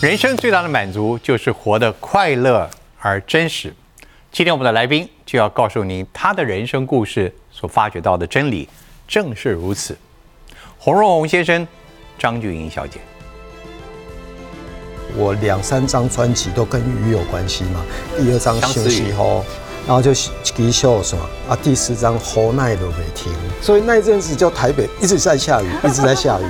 人生最大的满足就是活得快乐而真实。今天我们的来宾就要告诉您他的人生故事所发掘到的真理，正是如此。洪若红先生，张俊英小姐。我两三张专辑都跟鱼有关系嘛，第二张休息吼，然后就急秀什么啊，第四张吼奈都没停，所以那一阵子就台北一直在下雨，一直在下雨。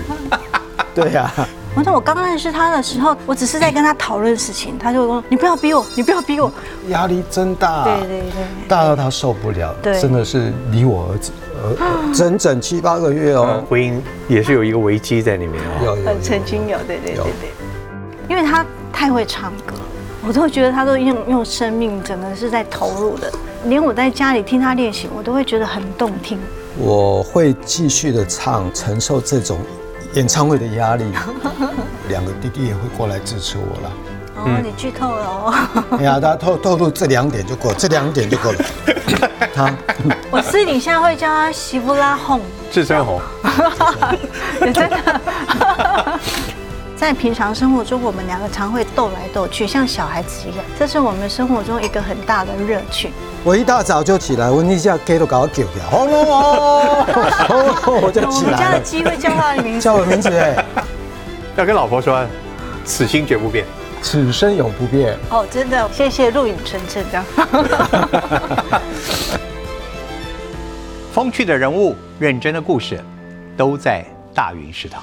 对呀、啊。我说我刚认识他的时候，我只是在跟他讨论事情，他就说：“你不要逼我，你不要逼我。”啊压力真大，对对对，大到他受不了，对啊真的是离我儿子呃整整七八个月哦，婚姻也是有一个危机在里面哦，有有曾经有，对对对对，因为他太会唱歌，我都觉得他都用用生命整个是在投入的，连我在家里听他练习，我都会觉得很动听。我会继续的唱，承受这种。演唱会的 压力，两个弟弟也会过来支持我了。哦，你剧透了哦。哎呀，他透透露这两点就够，这两点就够了。他， 我私底下会叫他媳妇拉 红，至尊红。也真的。 在平常生活中，我们两个常会斗来斗去，像小孩子一样，这是我们生活中一个很大的乐趣。我一大早就起来，我一下 K 都搞到九点，轰隆轰，我就起来了。我们家的鸡会叫他的名字，叫我名字哎，要跟老婆说，此心绝不变，此生永不变。哦，真的，谢谢陆影晨晨这样。风趣的人物，认真的故事，都在大云食堂。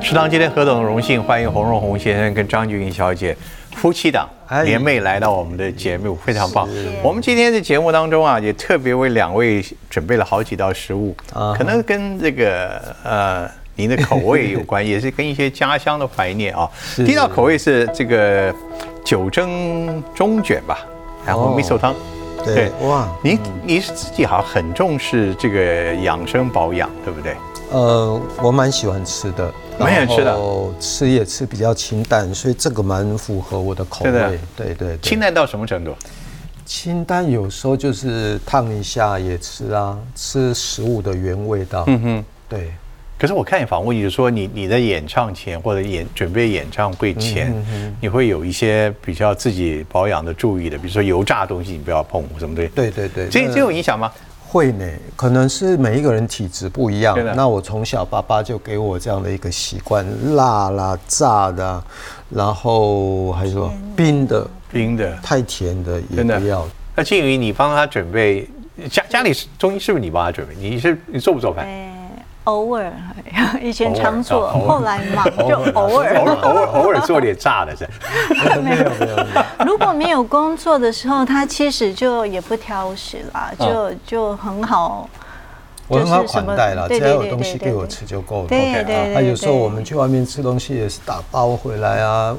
食堂今天何等荣幸，欢迎洪荣宏先生跟张俊英小姐夫妻档联袂来到我们的节目，非常棒。我们今天的节目当中啊，也特别为两位准备了好几道食物，可能跟这个呃您的口味有关，也是跟一些家乡的怀念啊。第一道口味是这个九蒸中卷吧，然后米寿汤。对哇，您您是自己好像很重视这个养生保养，对不对？呃，我蛮喜欢吃的，蛮喜欢吃的，吃也吃比较清淡，所以这个蛮符合我的口味。对对对，清淡到什么程度？清淡有时候就是烫一下也吃啊，吃食物的原味道。嗯哼，对。可是我看你访问，你说你你在演唱前或者演准备演唱会前，嗯、哼哼你会有一些比较自己保养的注意的，比如说油炸东西你不要碰，什么东西？对对对，这这有影响吗？会呢，可能是每一个人体质不一样。啊、那我从小爸爸就给我这样的一个习惯，辣啦、炸的，啊然后还有什么冰的、冰的、太甜的也不要。那静宇，你帮他准备家家里中医是不是你帮他准备？你是你做不做饭？哎偶尔，哎以前常做，后来忙就偶 尔，偶尔偶 尔偶尔做点炸的是。没有没有。如果没有工作的时候，他其实就也不挑食啦，就就很好。我很好款待了，只要有东西给我吃就够了。啊对对。那有时候我们去外面吃东西也是打包回来啊，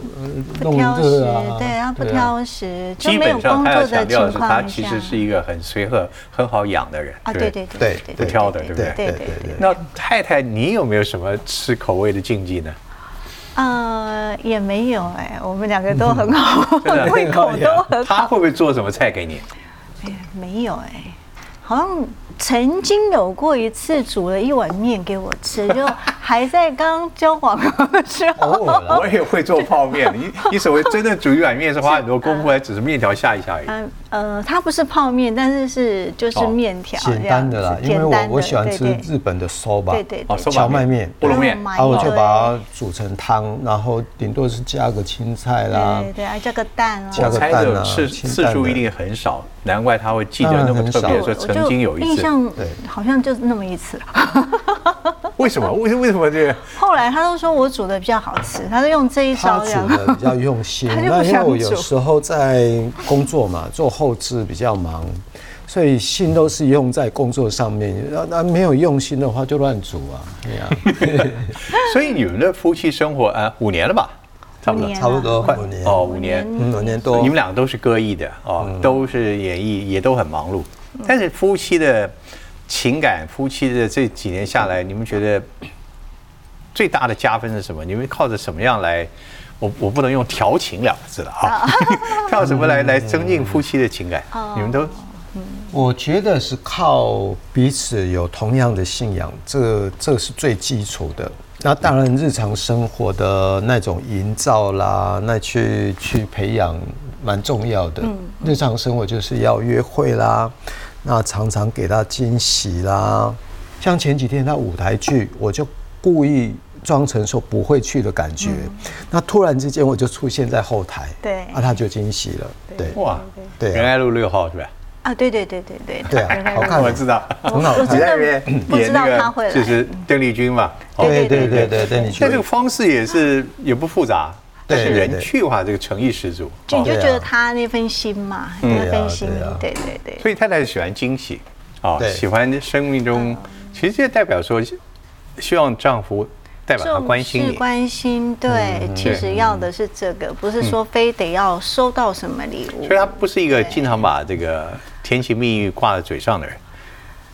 弄热啊。对，他不挑食，就没有工作的情况他其实是一个很随和、很好养的人啊，对对对对，不挑的，对不对？对对对。那太太，你有没有什么吃口味的禁忌呢？呃，也没有哎，我们两个都很好，胃口哎都 很好。他会不会做什么菜给你？哎，没有哎，好像。曾经有过一次煮了一碗面给我 吃，就还在刚交往的时候。哦 我我也会做泡面，你你所谓真的煮一碗面是花很多功夫，还只是面条下一下而已。嗯呃，它不是泡面，但是是就是面条，哦简单的啦。因为我我喜欢吃日本的 soba，对哦对，荞麦面、哦菠萝面，然后啊我就把它煮成汤，然后顶多是加个青菜啦，对对，加个蛋啊，加个蛋啊。次次数一定很少，难怪他会记得那么特别，说曾经有一次。像好像就那么一次，为什么？为为什么这个？ 后来他都说我煮的比较好吃，他就用这一他招。煮的比较用 心，那因为我有时候在工作嘛，做后置比较忙，所以心都是用在工作上面。那没有用心的话，就乱煮啊。对啊，所以你们的夫妻生活啊，五年了吧？差不 多，差不多五年嗯哦，五年，五年多。你们俩都是歌艺的哦，都是演艺，也都很忙碌。但是夫妻的情感，夫妻的这几年下来，你们觉得最大的加分是什么？你们靠着什么样来？我我不能 嗯用调情两个字了啊，靠什么来来增进夫妻的情感？你们都我觉得是靠彼此有同样的信仰，这这是最基础的。那当然，日常生活的那种营造啦，那去去培养蛮重要的。嗯日常生活就是要约会啦，那常常给他惊喜啦。像前几天他舞台剧，我就故意装成说不会去的感觉，嗯那突然之间我就出现在后台，对啊，他就惊喜了，对哇，对啊仁爱路六号是吧？啊，对对对对对，对啊，好看我知道，很好看 我你真在那的边不知演那道他个会就来。是邓丽君嘛，哦，对对对对对，你去但这个方式也是也不复杂，但对是对对人去的话，这个诚意十足。哦就你就对啊嗯觉得他那份心嘛，那份心对啊，对对对。所以太太喜欢惊喜，啊，对喜欢生命中，嗯其实这代表说，希望丈夫代表他关心重你嗯视。关心，对，其实要的是这个，不是说非得要收到什么礼物所以。他不是一个经常把这个甜情蜜语挂在嘴上的人。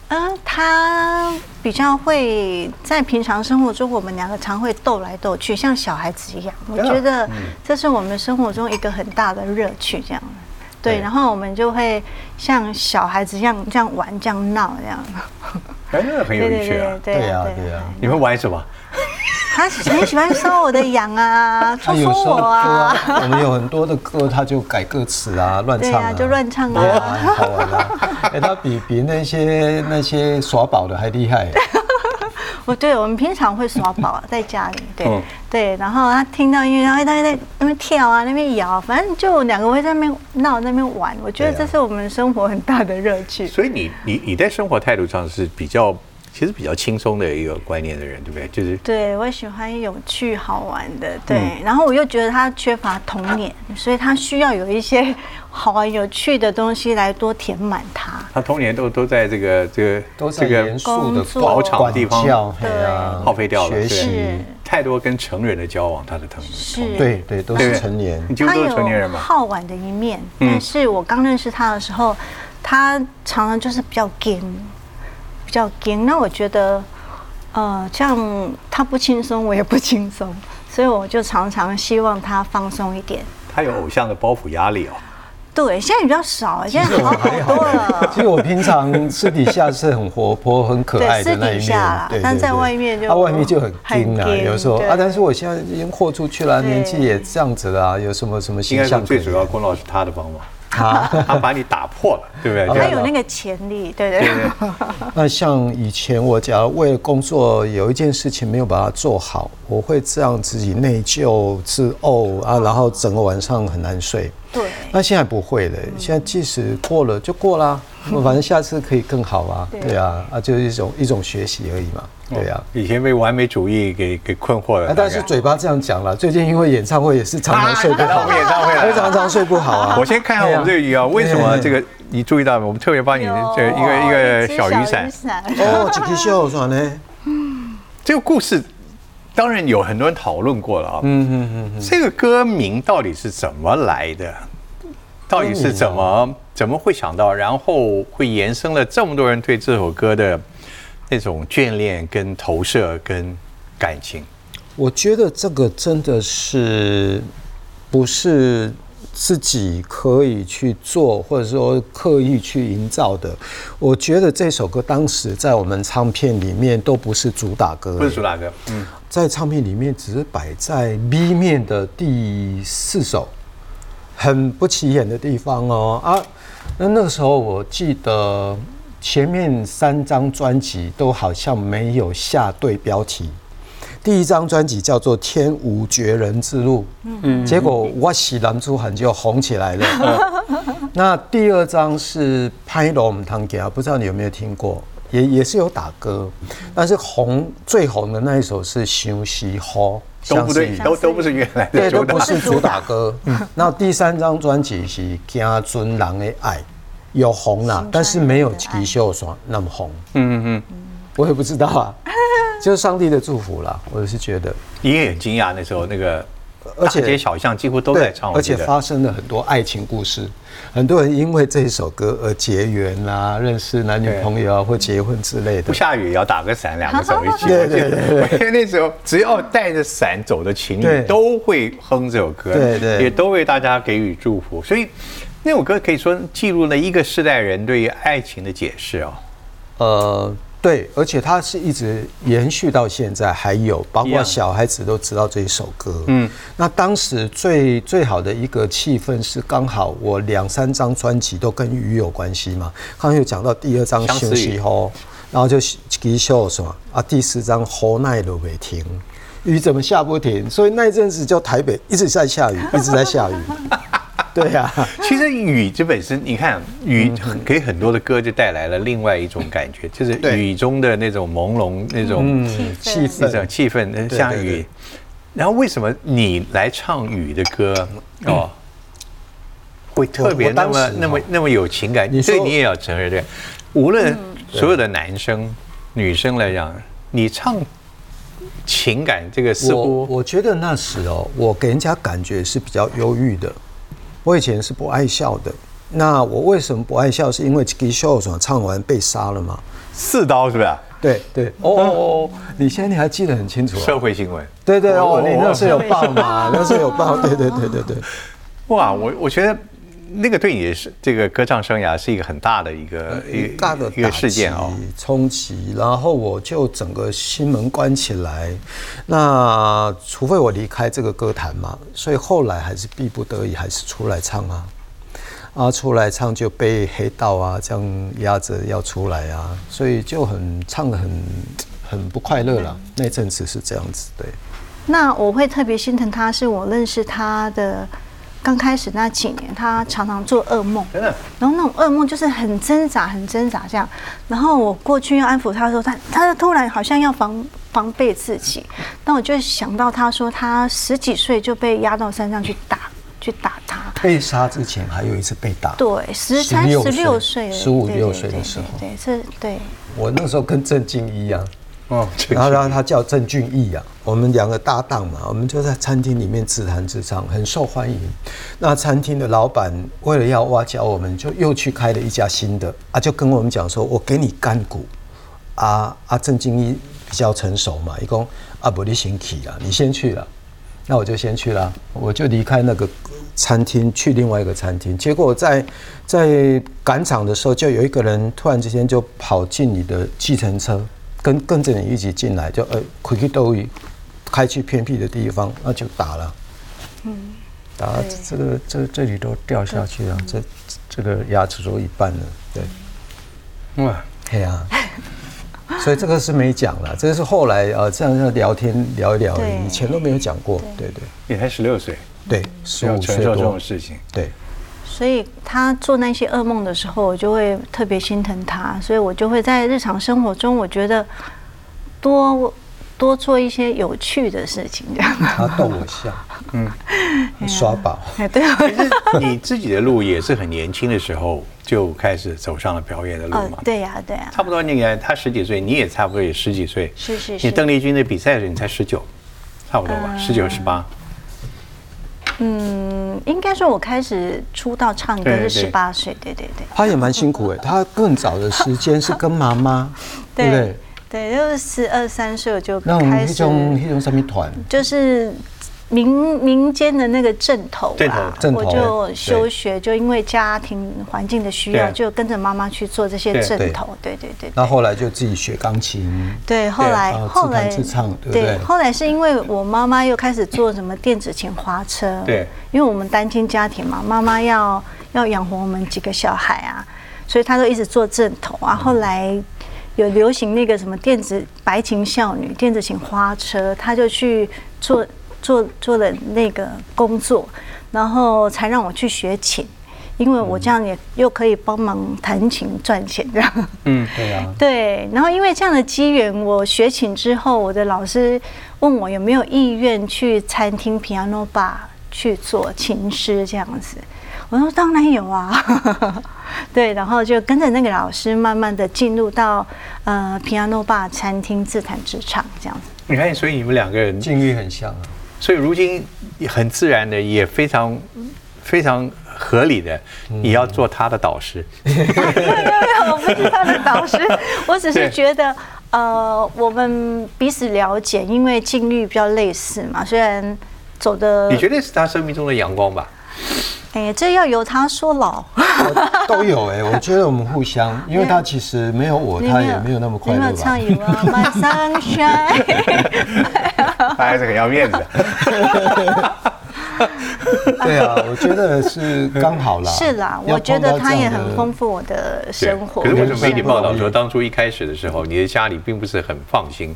嗯，他比较会在平常生活中，我们两个常会斗来斗去，像小孩子一样。我真的觉得嗯这是我们生活中一个很大的乐趣，这样。对，对然后我们就会像小孩子一样这样玩、这样闹、这样。哎，那很有趣啊！对对啊啊对啊你们玩什么？他很喜欢收我的 羊啊，他戳有时候戳我歌啊，啊， 我们有很多的歌，他就改歌词啊，乱对唱啊，啊，就乱唱对啊。啊，很好玩啊！ 哎、他比比那些那些耍宝的还厉害。 我哦对我们平常会耍宝 啊，在家里，对、嗯对，然后他听到音乐，然后他在那边跳啊，那边摇，反正就两个会在那边闹，那边玩。我觉得对啊这是我们生活很大的乐趣。所以你你你在生活态度上是比较，其实比较轻松的一个观念的人，对不对？就是对，我喜欢有趣好玩的，对。然后我又觉得他缺乏童年，所以他需要有一些好玩有趣的东西来多填满他。他童年都都在这个这个都在这严个肃的工作宝场地方管教，嘿啊耗费掉了，学对习，太多跟成人的交往，他的疼是，对对，都对不对是 成年。你几乎他都是成年人有嘛。好玩的一面，嗯但是我刚认识他的时候，他常常就是比较 g 比较 g 那我觉得，呃，这样他不轻松，我也不轻松， 所以我就常常希望他放松一点。他有偶像的包袱压力哦。对，现在比较少，现在好好多 了。啊其实我平常私底下是很活泼、很可爱的那一对私底面下啦，对对但在对外面就啊，外面就很很硬啊，硬有时候对啊，但是我现在已经豁出去了，对年纪也这样子了啊，有什么什么应形该说象可最言？主要，龚老师他的帮忙，啊，他 把你打破了，对不对？他对有那个潜力，对对对对，那像以前我假如为了工作有一件事情没有把它做好，我会这样自己内疚、自怄啊，然后整个晚上很难睡。 对那现在不会了，现在即使过了就过啦，反正下次可以更好啊。对啊，啊，就是一种一种学习而已嘛。对啊。以前被完美主义给给困惑了啊，。但是哦大概嘴巴这样讲了，最近因为演唱会也是常常睡不啊好，我们演唱 会了非常常睡不好啊。我先看看我们这个鱼啊，为什么这个你注意到没有？我们特别帮你有这个一个一个只小雨伞，哦，这个秀爽呢，这个故事当然有很多人讨论过了啊。嗯嗯嗯嗯，这个歌名到底是怎么来的？到底是怎哦么怎么会想到，然后会延伸了这么多人对这首歌的那种眷恋、跟投射、跟感情？我觉得这个真的是不是自己可以去做，或者说刻意去营造的。我觉得这首歌当时在我们唱片里面都不是主打歌，不是主打歌，嗯，在唱片里面只是摆在 B 面的第四首，很不起眼的地方哦啊。那那个时候我记得前面三张专辑都好像没有下对标题。第一张专辑叫做《天无绝人之路》，嗯，结果我喜南出很就红起来了。那第二张是《拍龙堂给啊》，不知道你有没有听过，也也是有打歌，但是红最红的那一首是《休息吼》，都不对，相信都都不是原来的对，主都打不。是主打歌。嗯那第三张专辑是《惊尊郎的爱》，有红啦，但是没有《吉秀爽》那么红。嗯嗯嗯，我也不知道啊，就是上帝的祝福啦，我是觉得。你也很惊讶，那时候那个而且大街小巷几乎都对，在唱，我而记且得发生了很多爱情故事，很多人因为这首歌而结缘啦、认识男女朋友啊或结婚之类不的。下雨也要打个伞，两 个走一起。对对我记得那时候只要带着伞走的情侣对都会哼这首歌，对对也都为大家给予祝福。所以那首歌可以说记录了一个世代人对于爱情的解释哦。呃，对，而且它是一直延续到现在，还有包一样括小孩子都知道这一首歌。嗯嗯，那当时最最好的一个气氛是，刚好我两三张专辑都跟鱼有关系嘛。刚刚有讲到第二张相思休息雨吼，然后就吉秀什么啊，第四张侯奈都没停。雨怎么下不停？所以那一阵子就台北一直在下雨，一直在 下雨。对啊呀、其实雨这本身，你看雨很给很多的歌就带来了另外一种感觉，就是对雨中的那种朦胧，那种气气那氛种气氛，呃像对雨对。然后为什么你来唱雨的歌哦，会特别那么那么那么有情感？你这说你也要承认，对。无论所有的男生、女生来讲，你唱情感这个似我乎我觉得那时候我给人家感觉是比较忧郁的。我以前是不爱笑的。那我为什么不爱笑？是因为 Kiki Show 所唱完被杀了嘛？四刀是吧？对对，哦哦哦，你现在你还记得很清楚、社啊。会新闻。 对对我哦，你那时候我有报 嘛？那时候有报，对对对对对。哇，我我觉得那个对你的是这个歌唱生涯是一个很大的一个一很大的一个事件哦。冲击，然后我就整个心门关起来。那除非我离开这个歌坛嘛，所以后来还是逼不得已，还是出来唱啊。啊，出来唱就被黑道啊这样压着要出来啊，所以就很唱的很很不快乐了。那阵子是这样子，对。那我会特别心疼他，是我认识他的刚开始那几年，他常常做噩梦，真的然后那种噩梦就是很挣扎，很挣扎这样。然后我过去要安抚他的时候，他他突然好像要防防备自己，那我就想到他说他十几岁就被压到山上去打，去打他。被杀之前还有一次被打，对，十才16十六岁而已， 15对对16对岁的时候对，对这对我那时候跟郑敬一样。哦，这然后个让他叫郑俊逸啊，我们两个搭档嘛，我们就在餐厅里面自弹自唱，很受欢迎。那餐厅的老板为了要挖角我们，就又去开了一家新的啊，就跟我们讲说，我给你干股，啊啊，郑俊逸比较成熟嘛，一共啊不你先去啊，你先去了。那我就先去啦，我就离开那个餐厅，去另外一个餐厅。结果在在赶场的时候，就有一个人突然之间就跑进你的计程车，跟跟着你一起进来，就呃，可以都开去偏僻的地方，那就打了。嗯，打对这个这这里都掉下去了，这这个牙齿都一半了，对。哇，对啊，所以这个是没讲了，这个是后来呃这样这样聊天聊一聊而对已，以前都没有讲过。对对你才十六岁，对，十要五承岁受这种多，事情，对，所以他做那些噩梦的时候，我就会特别心疼他，所以我就会在日常生活中，我觉得多多做一些有趣的事情，这样。他逗我 笑，嗯，耍宝。哎，对，其实你自己的路也是很年轻的时候就开始走上了表演的路哦嘛，。对呀、对呀、差不多你看他十几岁，你也差不多也十几岁。是是啊是你邓丽君的比赛的时候你才十九，差不多吧，十九十八。嗯，应该说我开始出道唱歌对是对十八岁，对对对，他也蛮辛苦哎，他更早的时间是跟妈妈，对不对？ 对，就是十二三岁我就那种开那始，种那种什么团，就是民民间的那个阵头阵啦头，阵头我就休学，就因为家庭环境的需要，对就跟着妈妈去做这些对对阵头，对对对。那后来就自己学钢琴，对，后来啊后来自弹自唱对不对后来是因为我妈妈又开始做什么电子琴滑车，对，因为我们单亲家庭嘛，妈妈要要养活我们几个小孩啊，所以她都一直做正头啊。后来有流行那个什么电子白琴少女、电子琴花车，她就去做做做了那个工作，然后才让我去学琴。因为嗯我这样也又可以帮忙弹琴赚钱，这样。嗯，对啊，对，然后因为这样的机缘，我学琴之后，我的老师问我有没有意愿去餐厅 piano bar 去做琴师这样子，我说当然有啊， 对，然后就跟着那个老师慢慢的进入到呃 piano bar 餐厅自弹自唱这样子。 你看，所以你们两个人境遇很像啊。所以如今很自然的，也非常非常合理的，你要做他的导师。没有没有没有，我不是他的导师， 我只对是觉得，呃，我们彼此了解，因为境遇比较类似嘛，虽然走的你绝对是他生命中的阳光吧？哎、这要由他说老，我都有哎、我觉得我们互相，因为他其实没有我，他也没有那么快你没乐有吧唱。You Are My Sunshine， 他还是很要面子的。 对啊，我觉得是刚好啦。是啦， 要我觉碰得到他这样也的很丰富我的 对生活。可是为什么媒体生活报道说，当初一开始的时候，你的家里并不是很放心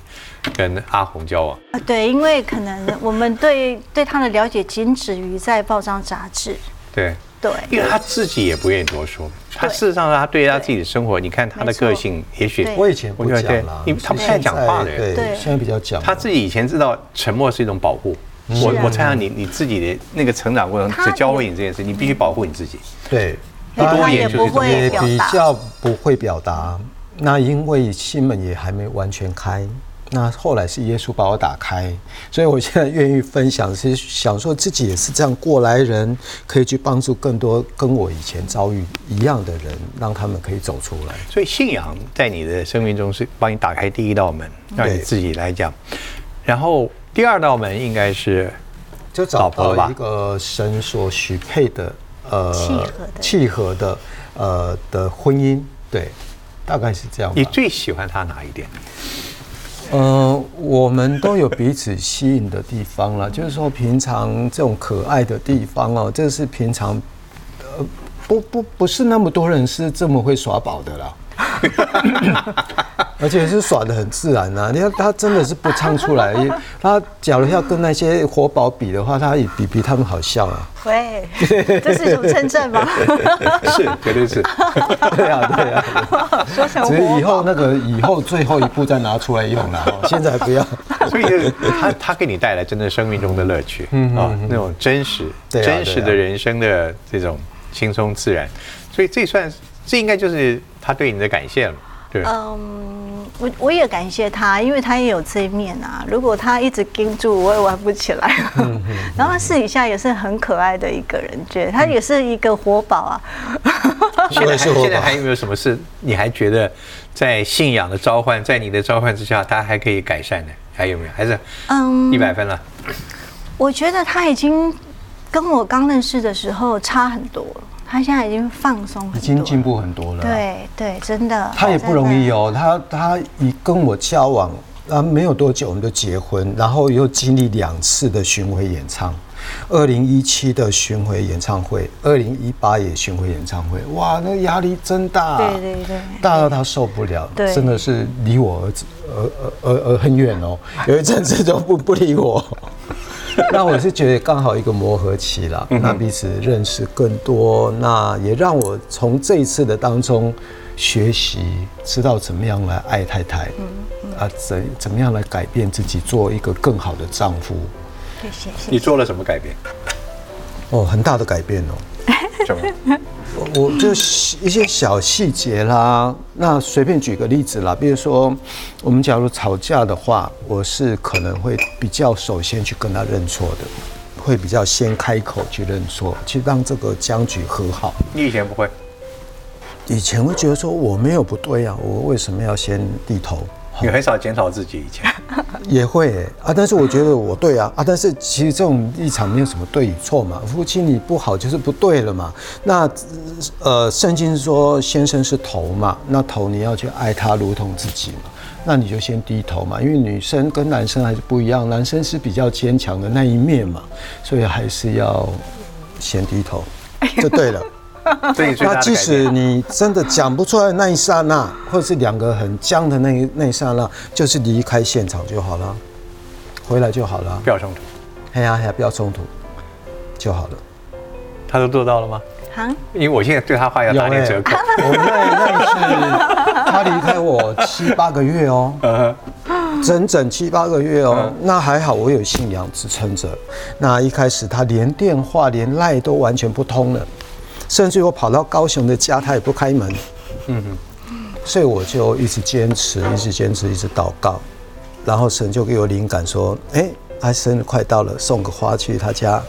跟阿红交往？啊，对，因为可能我们对对他的了解仅止于在报章杂志，对，对，因为他自己也不愿意多说。他事实上，他对他自己的生活，你看他的没错个性，也许对我以前不讲对啦，因为他不太讲话的人对，对现在比较讲。他自己以前知道沉默是一种保护。嗯我是啊我猜想你你自己的那个成长过程他只教会你这件事，你必须保护你自己。对，不多他言也就是不这么会也表比达，较不会表达。那因为心门也还没完全开，那后来是耶稣把我打开，所以我现在愿意分享，是想说自己也是这样过来人，可以去帮助更多跟我以前遭遇一样的人，让他们可以走出来。所以信仰在你的生命中是帮你打开第一道门，让你对自己来讲。然后第二道门应该是就找老婆吧到一个神所许配的呃契合的契合的呃的婚姻，对，大概是这样吧。你最喜欢他哪一 点？呃，我们都有彼此吸引的地方啦，就是说平常这种可爱的地方哦，这是平常，呃，不不不是那么多人是这么会耍宝的 啦。而且是耍的很自然啊！你看他真的是不唱出来，他假如要跟那些活宝比的话，他也比比他们好笑啊！喂，这是一种称 赞吗？是，绝对是。对啊，对啊。 说成只是以我后那个以后最后一步再拿出来用了，哦现在不要。所以就是他他给你带来真的生命中的乐趣啊，那种真实、嗯对啊真实的对啊人生的这种轻松自然，所以这算这应该就是他对你的感谢了嘛，对吧。 嗯，我我也感谢他，因为他也有这一面啊。如果他一直盯住，我也玩不起来。嗯然后他私底下也是很可爱的一个人，觉得他也是一个活宝啊。 现我在也是还活宝现在还有没有什么事？你还觉得在信仰的召唤，在你的召唤之下，他还可以改善的？还有没有？还是嗯一百分了？我觉得他已经跟我刚认识的时候差很多了，他现在已经放松很 多，已经进。步很多了。。对对，真的。他也不容易真的。哦，他他一跟我交往啊，没有多久我们就结婚，然后又经历两次的巡回演唱，二零一七的巡回演唱会，二零一八也巡回演唱会，哇，那压力真大，对对对大到他受不了，对真的是离我儿子呃呃呃呃很远哦，有一阵子都不不理我。那我是觉得刚好一个磨合期啦，那彼此认识更多，那也让我从这一次的当中学习，知道怎么样来爱太太，啊，怎怎么样来改变自己，做一个更好的丈夫。对，谢谢。你做了什么改变？哦，很大的改变哦。什么？我我就是一些小细节啦，那随便举个例子啦，比如说我们假如吵架的话，我是可能会比较首先去跟他认错的，会比较先开口去认错，去让这个僵局和好。你以前不会，以前会觉得说我没有不对啊，我为什么要先低头？你很少检讨自己以前。也会欸啊，但是我觉得我对啊啊，但是其实这种立场没有什么对与错嘛，夫妻你不好就是不对了嘛。那呃，圣经说先生是头嘛，那头你要去爱他如同自己嘛，那你就先低头嘛，因为女生跟男生还是不一样，男生是比较坚强的那一面嘛，所以还是要先低头，就对了。对你最大的改那即使变。你真的讲不出来的那一刹那，或者是两个很僵的那一那一刹那，就是离开现场就好了，回来就好了不。要冲突，哎呀哎呀，不要冲突就好了。他都做到了吗？啊，因为我现在对他话要打点折扣。欸我们那那是 他离开我七八个月哦，呃，整整七八个月哦。那还好我有信仰支撑着。那一开始他连电话连赖都完全不通了，甚至我跑到高雄的家他也不开门。所以我就一直坚持，一直坚持，一直祷告，然后神就给我灵感说：“哎，他生日快到了，送个花去他家。”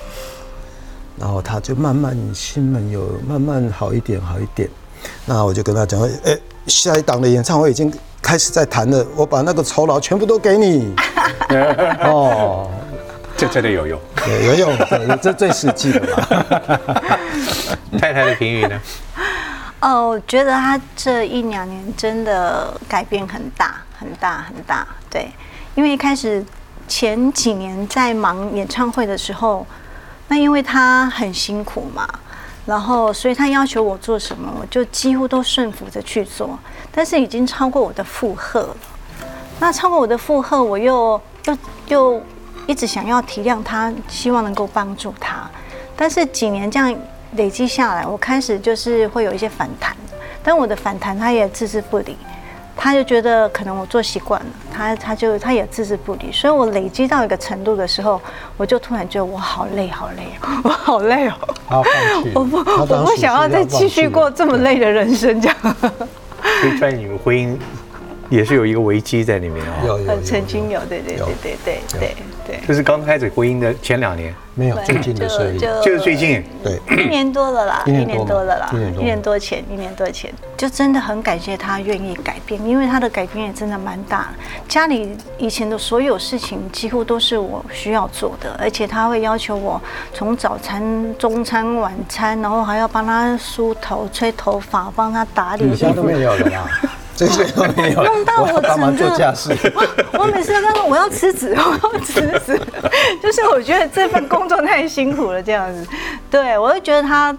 然后他就慢慢心门有慢慢好一点，好一点。那我就跟他讲：“哎，下一档的演唱会已经 开始在谈了，我把那个酬劳全部都给你。”哦，这真的有用。对，有用，对这最实际的嘛。太太的评语呢？哦，我觉得他这一两年真的改变很大，很大，很大。对，因为一开始前几年在忙演唱会的时候，那因为他很辛苦嘛，然后所以他要求我做什么，我就几乎都顺服着去做，但是已经超过我的负荷了。那超过我的负荷，我又又又一直想要体谅他，希望能够帮助他，但是几年这样累积下来，我开始就是会有一些反弹，但我的反弹他也置之不理，他就觉得可能我做习惯了，他他就他也置之不理，所以我累积到一个程度的时候，我就突然觉得我好累好累 哦，我好累哦，他放弃了，我不他当时我不是想要再放继弃续了过这么累的人生，这样所以在你们婚姻也是有一个危机在里面啊、有有有呃曾经有，对对对对对对对就是刚开始婚姻的前两年，没有对，最近的摄影，就是最近对，一年多了啦，一一年年多多吗了啦，一年多一年多前，一年多前，就真的很感谢他愿意改变，因为他的改变也真的蛮大的。家里以前的所有事情几乎都是我需要做的，而且他会要求我从早餐、中餐、晚餐，然后还要帮他梳头、吹头发，帮他打理以。前都没有了啦，这些都没有了，弄到我要我帮忙整做家个事。， 我我每次都跟他说我要辞职， 我要辞职，就是我觉得这份工作太辛苦了，这样子，对我就觉得他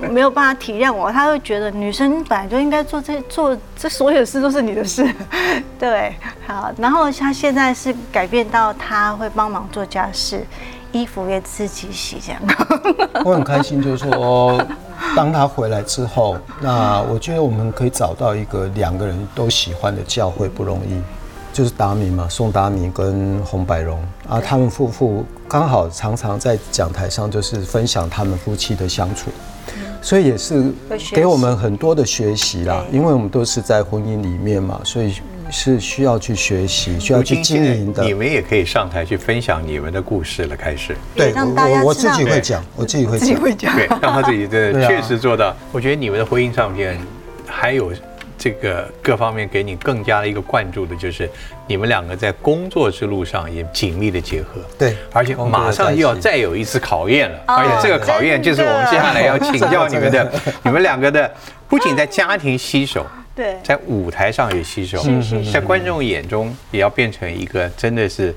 没有办法体谅我，他会觉得女生本来就应该做这做这所有事都是你的事， 对，好，然后他现在是改变到他会帮忙做家事，衣服也自己洗这样， 我很开心，就是说，哦当他回来之后，那我觉得我们可以找到一个两个人都喜欢的教会不容易，就是达明嘛，宋达明跟洪百荣啊，他们夫妇刚好常常在讲台上就是分享他们夫妻的相处，嗯所以也是会学习给我们很多的学习啦，对因为我们都是在婚姻里面嘛，所以是需要去学习，需要如去今经营现在的你。们也可以上台去分享你们的故事了。开始，对，让大家我我知自道己会讲，我自己会自己讲。会讲，对，让他自己真对的啊确实做到。我觉得你们的婚姻上面还有这个各方面给你更加的一个灌注的，就是你们两个在工作之路上也紧密的结合。对而且马上又要再有一次考验了，哦而且这个考验就是我们接下来要请教你 们的，你们两个的不仅在家庭携手。 对在舞台上也吸手是是，是在观众眼中也要变成一个真的是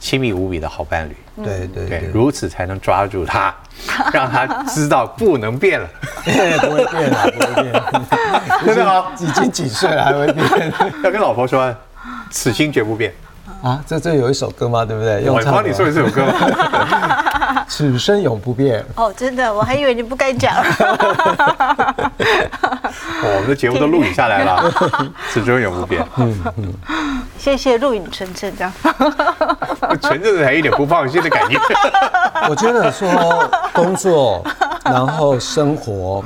亲密无比的好伴侣。嗯对对对对，，如此才能抓住 他，让他知道不能变 了，不会变啊，不会变。真的吗？已经几岁了还会变要跟老婆说，此心绝不变。啊？这这有一首歌吗？对不对？我唱帮你的说一这 首歌吧。此生永不变。哦，真的，我还以为你不 该讲。哇我们的节目都录影下来了，此生永不 变。谢谢陆影纯正这样。纯正的还一点不放心的感 觉。我觉得说工作，然后生活，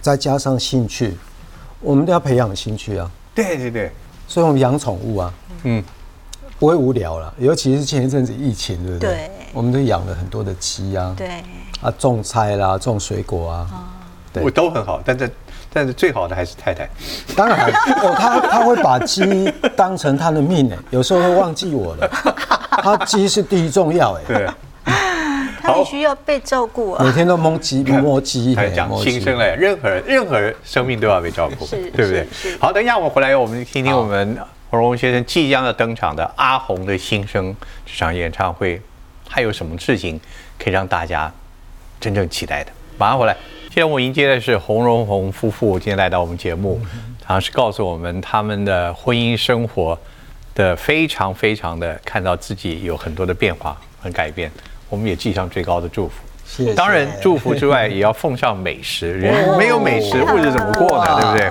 再加上兴趣，我们都要培养兴趣啊。对对对，所以我们养宠物啊，嗯，不会无聊了。尤其是前一阵子疫情，对不对？对我们都养了很多的鸡啊，对，啊，种菜啦，种水果啊。对我都很好，但是但是最好的还是太太。当然，哦，他他会把鸡当成他的命哎，有时候会忘记我了。他鸡是第一重要 哎。对，他们需要被 照顾啊每。天都蒙鸡摸鸡，还嘿讲摸鸡新生嘞，任何人任何生命都要被照顾，是对不对是是？好，等一下我们回来，我们听听我们洪荣先生即将要登场的阿红的新生这场演唱会，还有什么事情可以让大家真正期待的？马上回来。现在我们迎接的是洪荣宏夫妇，今天来到我们节目，好像是告诉我们他们的婚姻生活的非常非常的看到自己有很多的变化和改变，我们也寄上最高的祝福。谢谢当然，祝福之外，也要奉上美食。人没有美食，日子怎么过呢？对不对？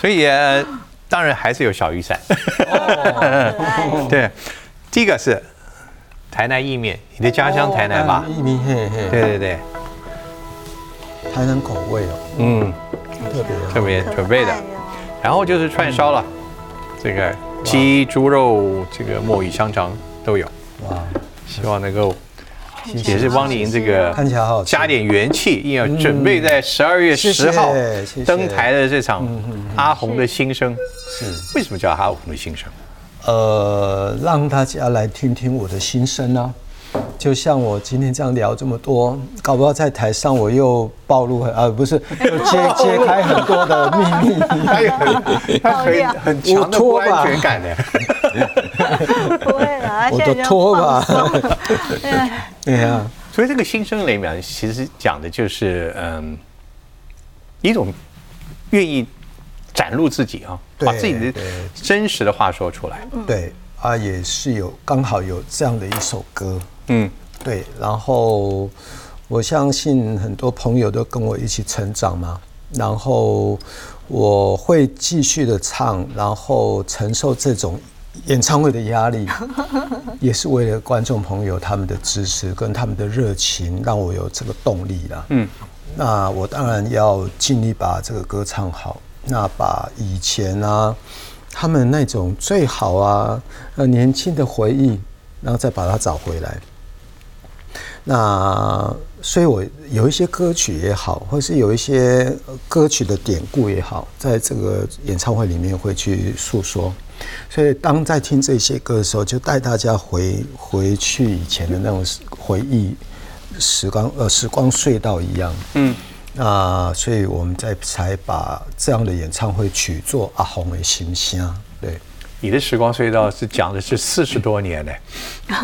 所以，呃当然还是有小雨伞。 对，第一个是台南意面，你的家乡台南吧？一米嘿嘿，对对对，台南口味哦，嗯，特别哦特别可爱哦准备的。然后就是串烧了，这个鸡、猪肉、这个墨鱼香肠都有，哇，希望能够谢谢也是帮您这个看起来好好吃加点元气，因为准备在十二月哦嗯谢十谢号谢谢嗯登台的这场阿红的新生，是为什么叫 阿红的新生？呃，让大家来听听我的心声啊。就像我今天这样聊这么多，搞不好在台上我又暴露很啊，不是又揭揭开很多的秘密。他有很他很很强的 不安全感的。不会 啦，我现在的比较拖放把松。 对啊对呀，所以这个新生雷苗其实讲的就是嗯，一种愿意展露自己啊，对把自己的对真实的话说出来。对啊，也是有刚好有这样的一首歌。嗯，对，然后我相信很多朋友都跟我一起成长嘛，然后我会继续的唱，然后承受这种演唱会的压力，也是为了观众朋友他们的支持跟他们的热情，让我有这个动力啦。嗯，那我当然要尽力把这个歌唱好，那把以前啊。他们那种最好啊，呃，年轻的回忆，然后再把它找回来。那所以，我有一些歌曲也好，或是有一些呃歌曲的典故也好，在这个演唱会里面会去诉说。所以，当在听这些歌的时候，就带大家回回去以前的那种时回忆时光，呃，时光隧道一样。嗯。那所以我们在才把这样的演唱会取作阿红的形象。对。你的时光隧道是讲的是四十多年呢，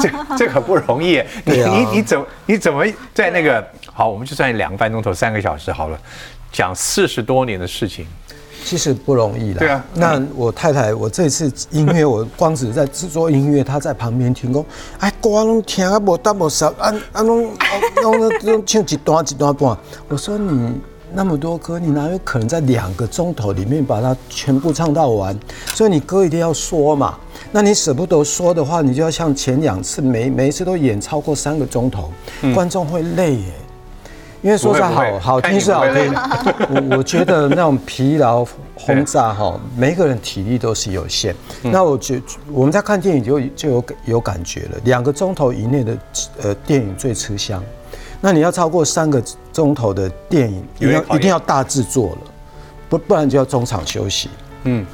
这这可不容易。你、对啊你你怎么你怎么在那个好，我们就算两个半钟头、三个小时好了，讲四十多年的事情，其实不容易啦。对啊那我太太，我这次音乐，我光只在制作音乐，她在旁边听讲，哎，歌拢听啊，无搭无熟，啊啊拢拢拢唱一段一段半。我说你那么多歌，你哪有可能在两个钟头里面把它全部唱到完？所以你歌一定要说嘛。那你舍不得说的话，你就要像前两次，每每一次都演超过三个钟头，观众会累耶。因为说实话嗯不会不会好好看听你是好不会累听， 我我觉得那种疲劳轰炸哈，每个人体力都是有限。那我觉我们在看电影就就有有感觉了，两个钟头以内的呃电影最吃香。那你要超过三个钟头的电影，一有定点要讨厌一定要大制作了，不不然就要中场休息。嗯，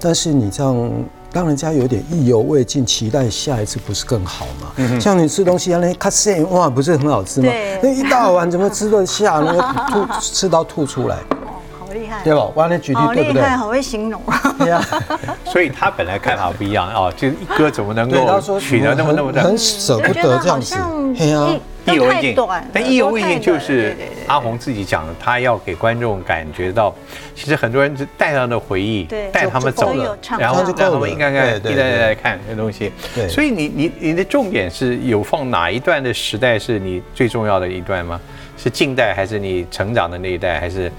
但是你这样让人家有点意犹未尽，期待下一次不是更好吗？嗯像你吃东西，啊那咔嚓哇，不是很好吃吗对？那一大碗怎么吃得下呢？吐吃到吐出来，哦，好厉害，对吧？我来举例好对不哦厉对？害，好会形容。啊对啊 呀，所以他本来看法不一样哦，就是一歌怎么能对，他够说哦取得那么很那么很的舍我不觉得得这好样子像，嘿啊呀一意都犹未太尽短了，，但意犹未都太尽就短了是对对对阿红自己讲的，她要给观众感觉到，其实很多人是带他的回忆，对带他们就就走够了了，然后这样就够让了他们一看看对一对代对代来看这东西。对所以你你你的重点是有放哪一段的时代是你最重要的一段吗？是近代还是你成长的那一代，还是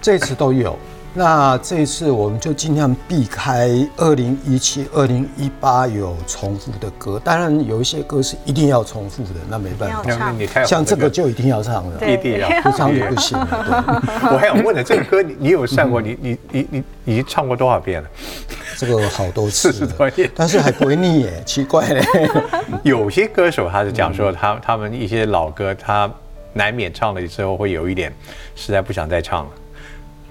这次都有。那这一次我们就尽量避开二零一七、二零一八有重复的歌，当然有一些歌是一定要重复的，那没办一定要法唱。你太像这个就就一定要唱的，对异地啊， 不唱就不行了。对 我还想问呢，这个歌你你有算过？你你你你你已经唱过多少遍了？这个好多次四十多了页，但是还不会腻耶，奇怪嘞。 有些歌手他是讲说他他们一些老歌，他难免唱了之后会有一点实在不想再唱了。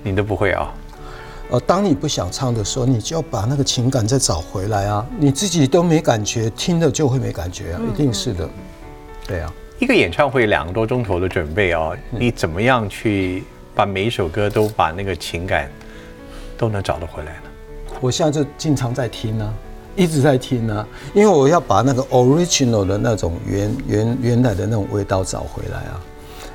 你都不会啊？呃，当你不想唱的时候，你就要把那个情感再找回来啊！你自己都没感觉，听了就会没感觉啊，一定是的。对啊，一个演唱会两个多钟头的准备啊，你怎么样去把每一首歌都把那个情感都能找得回来呢？我现在就经常在听啊，一直在听啊，因为我要把那个 original 的那种原原原来的那种味道找回来啊。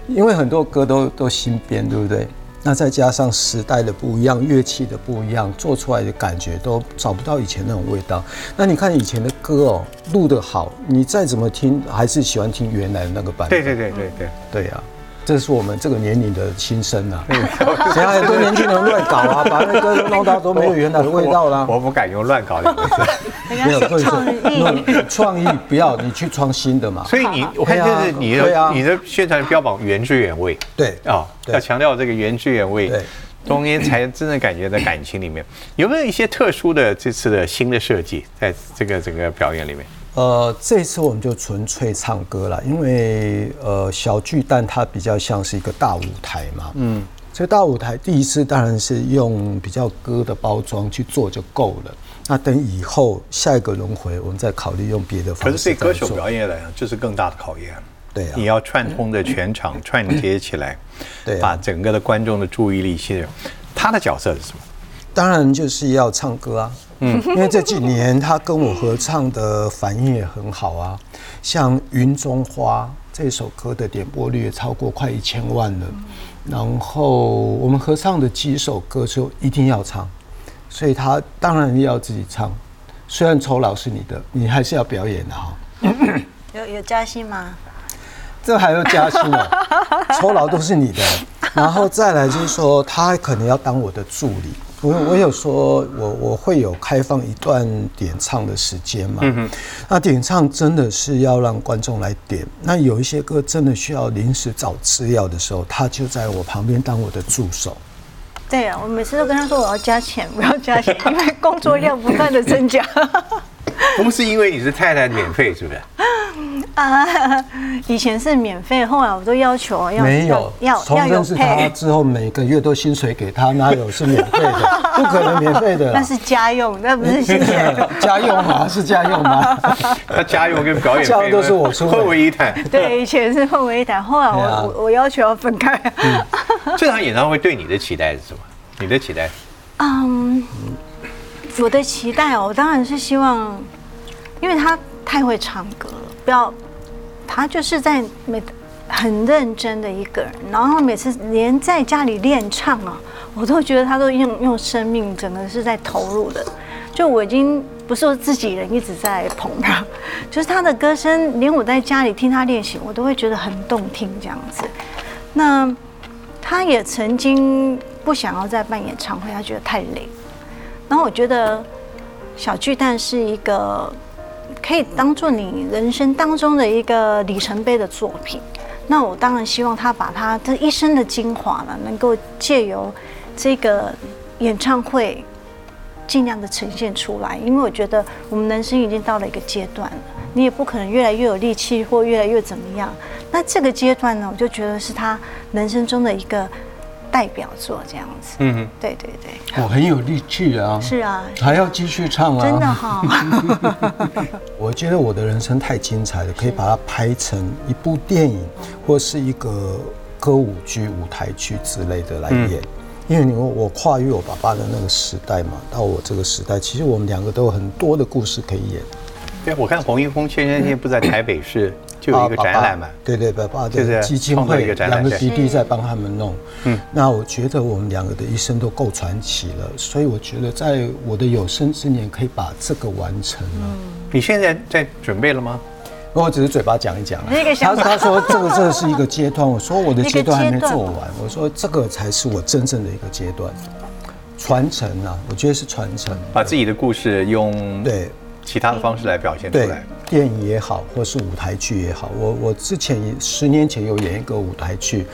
因为很多歌都都新编，对不对？那再加上时代的不一样，乐器的不一样，做出来的感觉都找不到以前那种味道。那你看以前的歌哦，录得好，你再怎么听，还是喜欢听原来的那个版本。对对对对对，对呀、这是我们这个年龄的心声啊！ 现在很多年轻人乱搞啊，把那歌都弄到都没有原来的味道啦。我我不敢用乱搞两个字。 没有人家是创意，弄创意不要，你去创新的嘛。所以你我看对啊就是你对的、啊你的宣传标榜原汁原味。对啊、对要强调这个原汁原味对，中间才真正感觉在感情里 面。有没有一些特殊的这次的新的设计，在这个整个表演里面？呃，这次我们就纯粹唱歌了，因为呃，小巨蛋它比较像是一个大舞台嘛，嗯，所以大舞台第一次当然是用比较歌的包装去做就够了。那等以后下一个轮回，我们再考虑用别的方可式。是对歌手表演来讲，这是更大的考验。对啊你要串通着全场串接起来， 对啊把整个的观众的注意力吸引。他的角色是什么？当然就是要唱歌啊，嗯，因为这几年他跟我合唱的反应也很好啊，像《云中花》这首歌的点播率也超过快一千万了，然后我们合唱的几首歌就一定要唱，所以他当然要自己唱，虽然酬劳是你的，你还是要表演的哈、有有加薪吗？这还要加薪哦， 酬劳都是你的。然后再来就是说，他可能要当我的助理。我我有说我我会有开放一段点唱的时间嘛？嗯那点唱真的是要让观众来点。那有一些歌真的需要临时找资料的时候，他就在我旁边当我的助手。对啊，我每次都跟他说我要加钱，我要加钱，因为 工作量不断的增加。不是因为你是太太免费，是不 是？啊，以前是免费，后来我都要求要没有，要要从要有认识他配，之后，每个月都薪水给他，哪有是免费的？不可能免费的啦。 那是家用，那 不是薪水。家用吗？是家用吗？ 他加油跟表演这费样都是我出的混为一谈。对，以前是混为一谈，后来我、对啊我我要求要分开。这场演唱会对你的期待是什么？你的期待？嗯，我的期待哦，我当然是希望，因为他太会唱歌了，不要，他就是在每很认真的一个人，然后每次连在家里练唱啊，我都觉得他都用用生命，整个是在投入的。就我已经不是我自己人一直在捧他，就是他的歌声，连我在家里听他练习，我都会觉得很动听这样子。那他也曾经不想要再办演唱会，他觉得太累。然后我觉得小巨蛋是一个可以当做你人生当中的一个里程碑的作品。那我当然希望他把他这一生的精华呢，能够借由这个演唱会尽量的呈现出来，因为我觉得我们人生已经到了一个阶段了，你也不可能越来越有力气或越来越怎么样。那这个阶段呢，我就觉得是他人生中的一个代表作，这样子。嗯，对对对，我很有力气啊，是啊，还要继续唱啊。真的，哈、 我觉得我的人生太精彩了，可以把它拍成一部电影或是一个歌舞剧、舞台剧之类的来演。嗯因为你我我跨越我爸爸的那个时代嘛，到我这个时代，其实我们两个都有很多的故事可以演。对，哎我看彭一峰先生现在不是 在台北市就有一个啊爸爸展览嘛？对对，爸爸就是的基金创造一会个展览两个对基地在帮他们弄。嗯，那我觉得我们两个的一生都够传奇了，所以我觉得在我的有生之年可以把这个完成了。你现在在准备了吗？我只是嘴巴讲一讲啊。那个他想法他说这个这是一个阶段，我说我的阶段还没一个阶段做完，我说这个才是我真正的一个阶段，传承啊，我觉得是传承。把自己的故事用对其他的方式来表现出对来。，电影也好，或是舞台剧也好，我我之前也十年前有演一个舞台剧，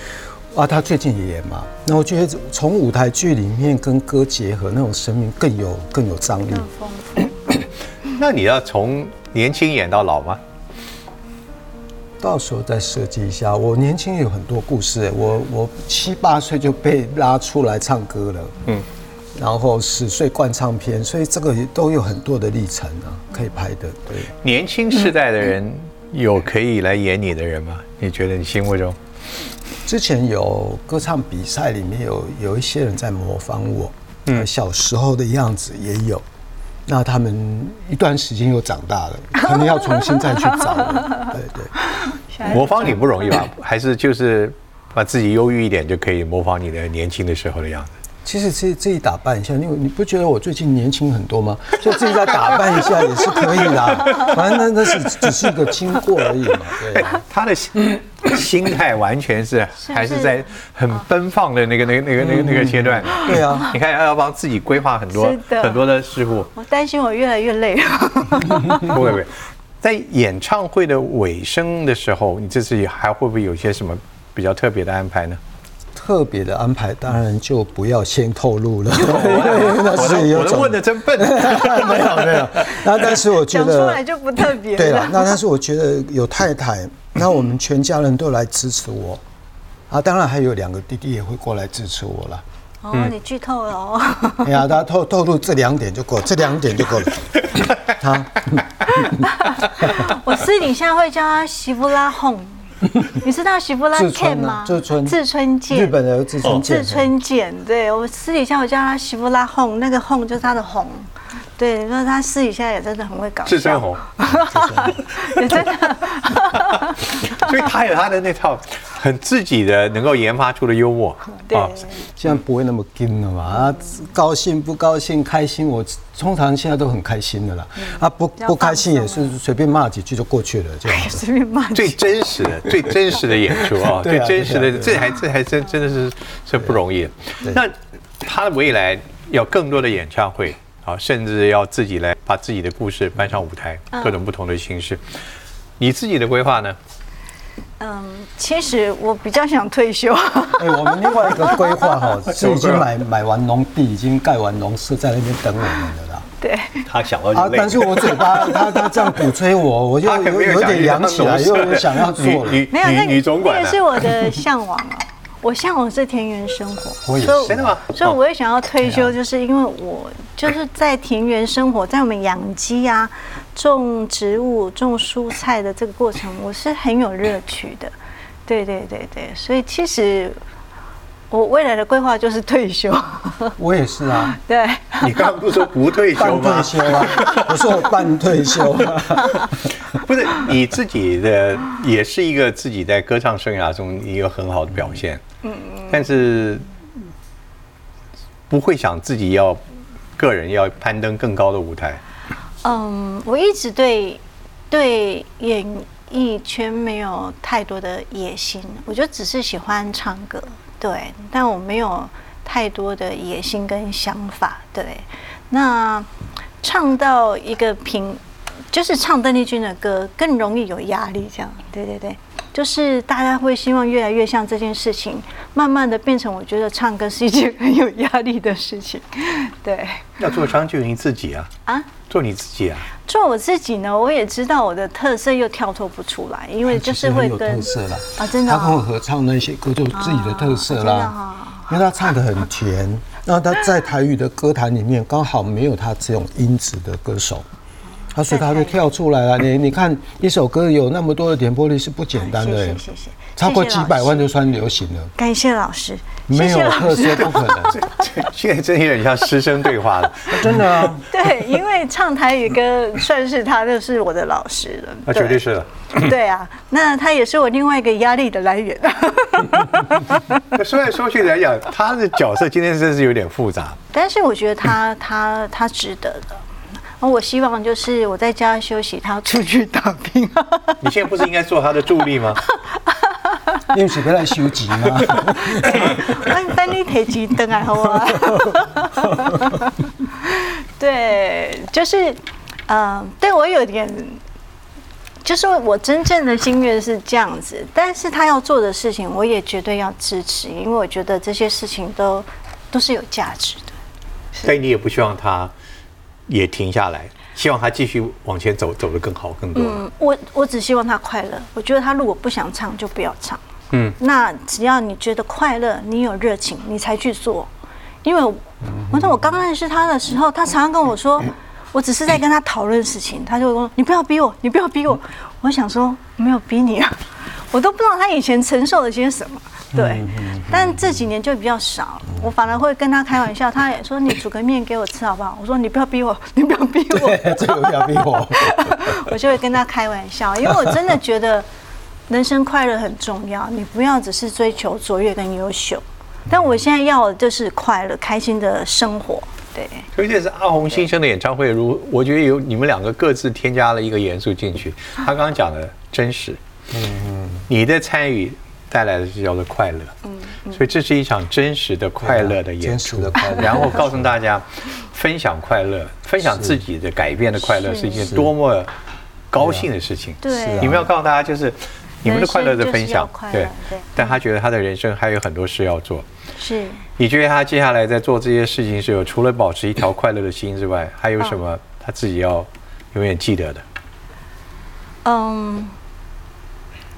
啊，他最近也演嘛，那我觉得从舞台剧里面跟歌结合，那种生命更有更有张嗯力。那你要从年轻演到老吗？到时候再设计一下。我年轻有很多故事，欸我我七八岁就被拉出来唱歌了，嗯，然后十岁灌唱片，所以这个都有很多的历程啊，可以拍的。对，年轻世代的嗯人有可以来演你的人吗？你觉得你心目中？之前有歌唱比赛，里面有有一些人在模仿我，嗯，小时候的样子也有。那他们一段时间又长大了，可能要重新再去找了。对对。模仿你不容易吧？还是就是把自己优郁一点就可以模仿你的年轻的时候的样子？其实自己自己打扮一下，因为你不觉得我最近年轻很多吗？所以自己再打扮一下也是可以 的。反正那那是只是一个经过而已嘛。对啊、他的心心态完全是不是还是在很奔放的那个那个那个那个那个阶段。对啊，你看要要帮自己规划很多是的很多的事物，我担心我越来越累了。不会不会。在演唱会的尾声的时候，你这次还会不会有些什么比较特别的安排呢？特别的安排当然就不要先 透露了， 因为我 那是的我有的种问的真 笨。没有没有。那但是我觉讲得出来就不特别对了了，。那但是我觉得有 太太，那我们全家人都来支持我，啊，当然还有两个弟弟也会过来支持我了。哦，你剧透了哦。哎呀，大家透透露这两点就够，这两点就 够了。啊，我私底下会叫他媳妇 拉哄，你知道媳妇拉志健村吗啊？？志村，志村健，日本的哦志村健，志村健，对我私底下我叫他媳妇拉哄，那个哄就是他的哄。对，那他私底下也真的很会搞笑，是真红，也真的 所以他有他的那套很自己的能够研发出的幽默。对。啊现在不会那么硬了嘛？啊，高兴不高兴，开心，我通常现在都很开心的啦。啊，不嗯比较不开心放也松是随便骂几句就过去了， 这样子。 随便骂最真实 的、最真实的演出啊，对最啊真实对的，啊对这啊还这还真真的是是不容易。对那他的未来要更多的演唱会啊，甚至要自己来把自己的故事搬上舞台，各种不同的形式。你自己的规划呢？嗯，其实我比较想退休， 哎、我们另外一个规划哈，是已经买买完农地，已经盖完农舍，在那边等我们的啦。对，他想到 啊，但是我嘴巴他他这样鼓吹我，我就他可有没有有想点扬起来，又有想要做了。女没有女那女总管啊那呢个？是我的向往啊，我向往是田园生活，我也所以是真的吗？所以哦我也想要退休，就是因为我就是在田园生活，在我们养鸡啊、种植物、种蔬菜的这个过程，我是很有乐趣的。对对对对，所以其实我未来的规划就是退休。 我也是啊，对，你刚刚不是说不退休半退吗？休啊，我说我半退休啊，不是你自己的，也是一个自己在歌唱生涯中一个很好的表现。嗯但是不会想自己要个人要攀登更高的舞台。嗯，我一直对对演艺圈没有太多的野心，我就只是喜欢唱歌，对，但我没有太多的野心跟想法，对。那唱到一个平，就是唱邓丽君的歌更容易有压力，这样，对对对。就是大家会希望越来越像这件事情，慢慢的变成我觉得唱歌是一件很有压力的事情，对要做张俊英自己啊，啊。做你自己啊。做我自己呢，我也知道我的特色又跳脱不出来，因为就是会很有跟特色啦。啊，真的他跟我哦、合唱那些歌，就是自己的特色啦。啊因为他唱的很甜，然后他在台语的歌坛里面刚好没有他这种音质的歌手，他所以他就跳出来了。你你看一首歌有那么多的点播率是不简单的、欸谢谢谢谢，超过谢几谢百万老师，就算流行了，感谢老师，没谢谢有老特师。色不可能，现在真有点像师生对话 了，真的啊。 对，因为唱台语歌算是他，就是我的老师 了。那绝对是了。对啊，那他也是我另外一个压力的来源。 那说来说去来讲，他的角色今天真是有点复杂。但是我觉得他他他值得的。我希望就是我在家休息，他出去打拼。你现在不是应该做他的助力 吗？因为是要来修集嘛， 但但你提起灯来好啊？对，就是，嗯、对我有点，就是我真正的心愿是这样子，但是他要做的事情，我也绝对要支持，因为我觉得这些事情都都是有价值的。但你也不希望他也停下来，希望他继续往前走，走得更好更多。嗯，我我只希望他快乐。我觉得他如果不想唱，就不要唱。嗯嗯，那只要你觉得快乐，你有热情，你才去做。因为我，我那我刚认识他的时候，他常常跟我说，我只是在跟他讨论事情，他就会说你不要逼我，你不要逼我。我想说没有逼你啊， 我都不知道他以前承受了些什么。对，但这几年就比较少，我反而会跟他开玩笑，他也说你煮个面给我吃好不好？我说你不要逼我，你不要逼我。这个要逼我。 我就会跟他开玩笑，因为我真的觉得人生快乐很重要， 你不要只是追求卓越跟优秀。但我现在要的就是快乐、开心的生活。对，尤其是阿红新生的演唱会，如我觉得有你们两个各自添加了一个元素进去。啊他刚刚讲的真实，嗯，你的参与带来的是叫做快乐，嗯，所以这是一场真实的快乐的演真实出的快 乐，然后告诉大家，分享快 乐，分享自己的改变的快乐是一件多么高兴的事情。对是啊你们要告诉大家就是。你们的快乐的分人生就是要享，快乐对对，但他觉得他的人生还有很多事要做，是。你觉得他接下来在做这些事情时候，除了保持一条快乐的心之外，还有什么他自己要永远记得的？嗯，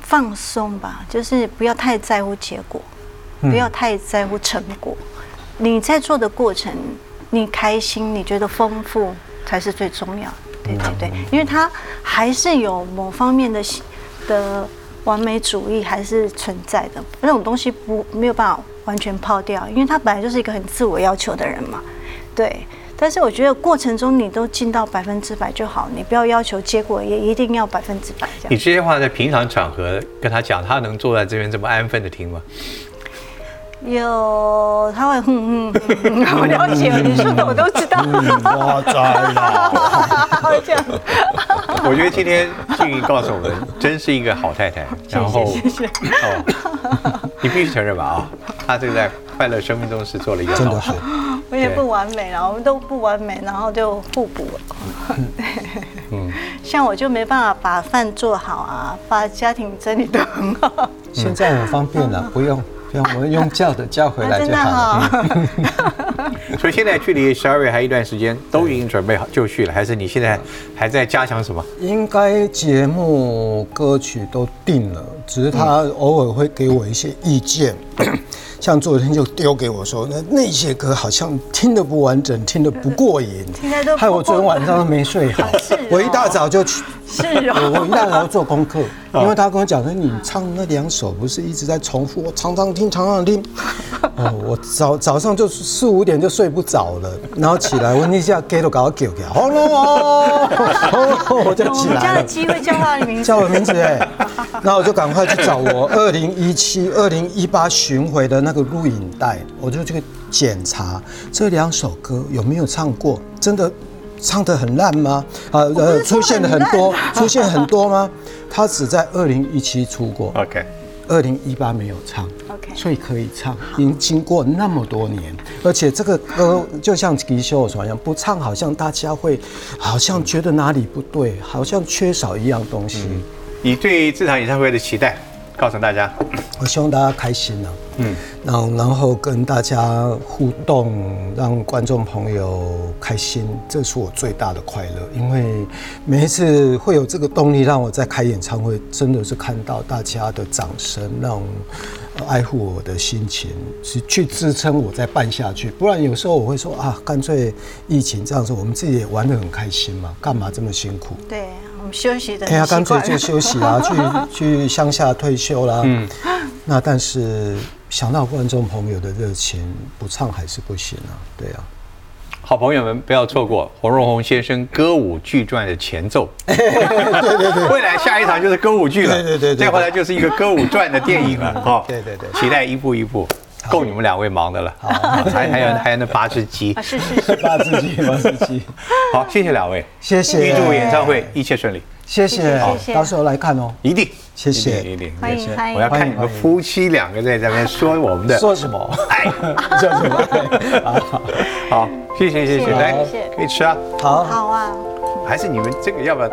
放松吧，就是不要太在乎结果，不要太在乎成果，你在做的过程，你开心，你觉得丰富才是最重要。对对对，因为它还是有某方面的的完美主义还是存在的，那种东西不没有办法完全抛掉，因为他本来就是一个很自我要求的人嘛。对，但是我觉得过程中你都尽到百分之百就好，你不要要求结果也一定要百分之百这你样。这些话在平常场合跟他讲，他能坐在这边这么安分的听吗？有，他会哼哼哼哼， 我了解，你说的我都知道，我知啦，这样。我觉得今天静怡告诉我们，真是一个好太太。然后，哦，你必须承认吧啊，她这个在快乐生命中是做了一个真的好好事。。我也不完美啦，我们都不完美，然后就互补了。嗯，像我就没办法把饭做好啊，把家庭整理得很好。现在很方便了，不用不用，我们用叫的叫回啊来真就的好了。哈、所以现在距离十二月还有一段时间，都已经准备好就绪了，还是你现在还在加强什么？应该节目歌曲都定了，只是他嗯偶尔会给我一些意见， 像昨天就丢给我说，那那些歌好像听得不完整，听得不过瘾听得都，不害我昨天晚上都没睡好是哦。我一大早就去，是我我一哦，大早做功课，因为他跟我讲说你唱那两首不是一直在重复，我常常听，常常听。哦，我早早上就四五点就睡不着了，然后起来闻一下，给都搞给给，轰隆哦，轰隆我就我起们家来的了。鸡会叫他的名字叫，我名字哎，然后我就赶快去找我二零一七、二零一八巡回的那个录影带，我就去检查这两首歌有没有唱过，真的唱得很烂吗？啊是说出现的很多很，出现很多吗？他只在二零一七出过， OK，二零一八没有唱 OK 所以可以唱。已经经过那么多年，而且这个歌就像吉秀所讲，不唱好像大家会好像觉得哪里不对，好像缺少一样东西。你对这场演唱会的期待，告诉大家。我希望大家开心啊，嗯，然后然后跟大家互动，让观众朋友开心，这是我最大的快乐。因为每一次会有这个动力，让我在开演唱会，真的是看到大家的掌声，让呃爱护我的心情，去去支撑我再办下去。不然有时候我会说啊，干脆疫情这样子，我们自己也玩得很开心嘛，干嘛这么辛苦？对我们休息的哎呀，很习干脆惯就休息 啦，去去乡下退休啦。嗯，那但是想到观众朋友的热情，不唱还是不行啊。对 啊，好朋友们，不要错过洪荣宏先生歌舞剧传的前 奏。对对对，未来下一场就是歌舞剧了。对对对对对再后来就是一个歌舞传的电影了。哦，对对对期待一步一步，够你们两位忙的了。还 还有还有那八只鸡啊，。哎是是是，把自己把自己，好，谢谢两位，谢预祝谢，演唱会一切顺利，谢谢谢谢谢，到时候来看哦。一定，谢谢一定一定。欢迎欢我要迎，看你们夫妻两个在这边说我们的。说什么？哎， 说 什么？哎好好，谢谢谢谢，谢谢来谢谢可以吃啊，好。好啊。还是你们这个要不要？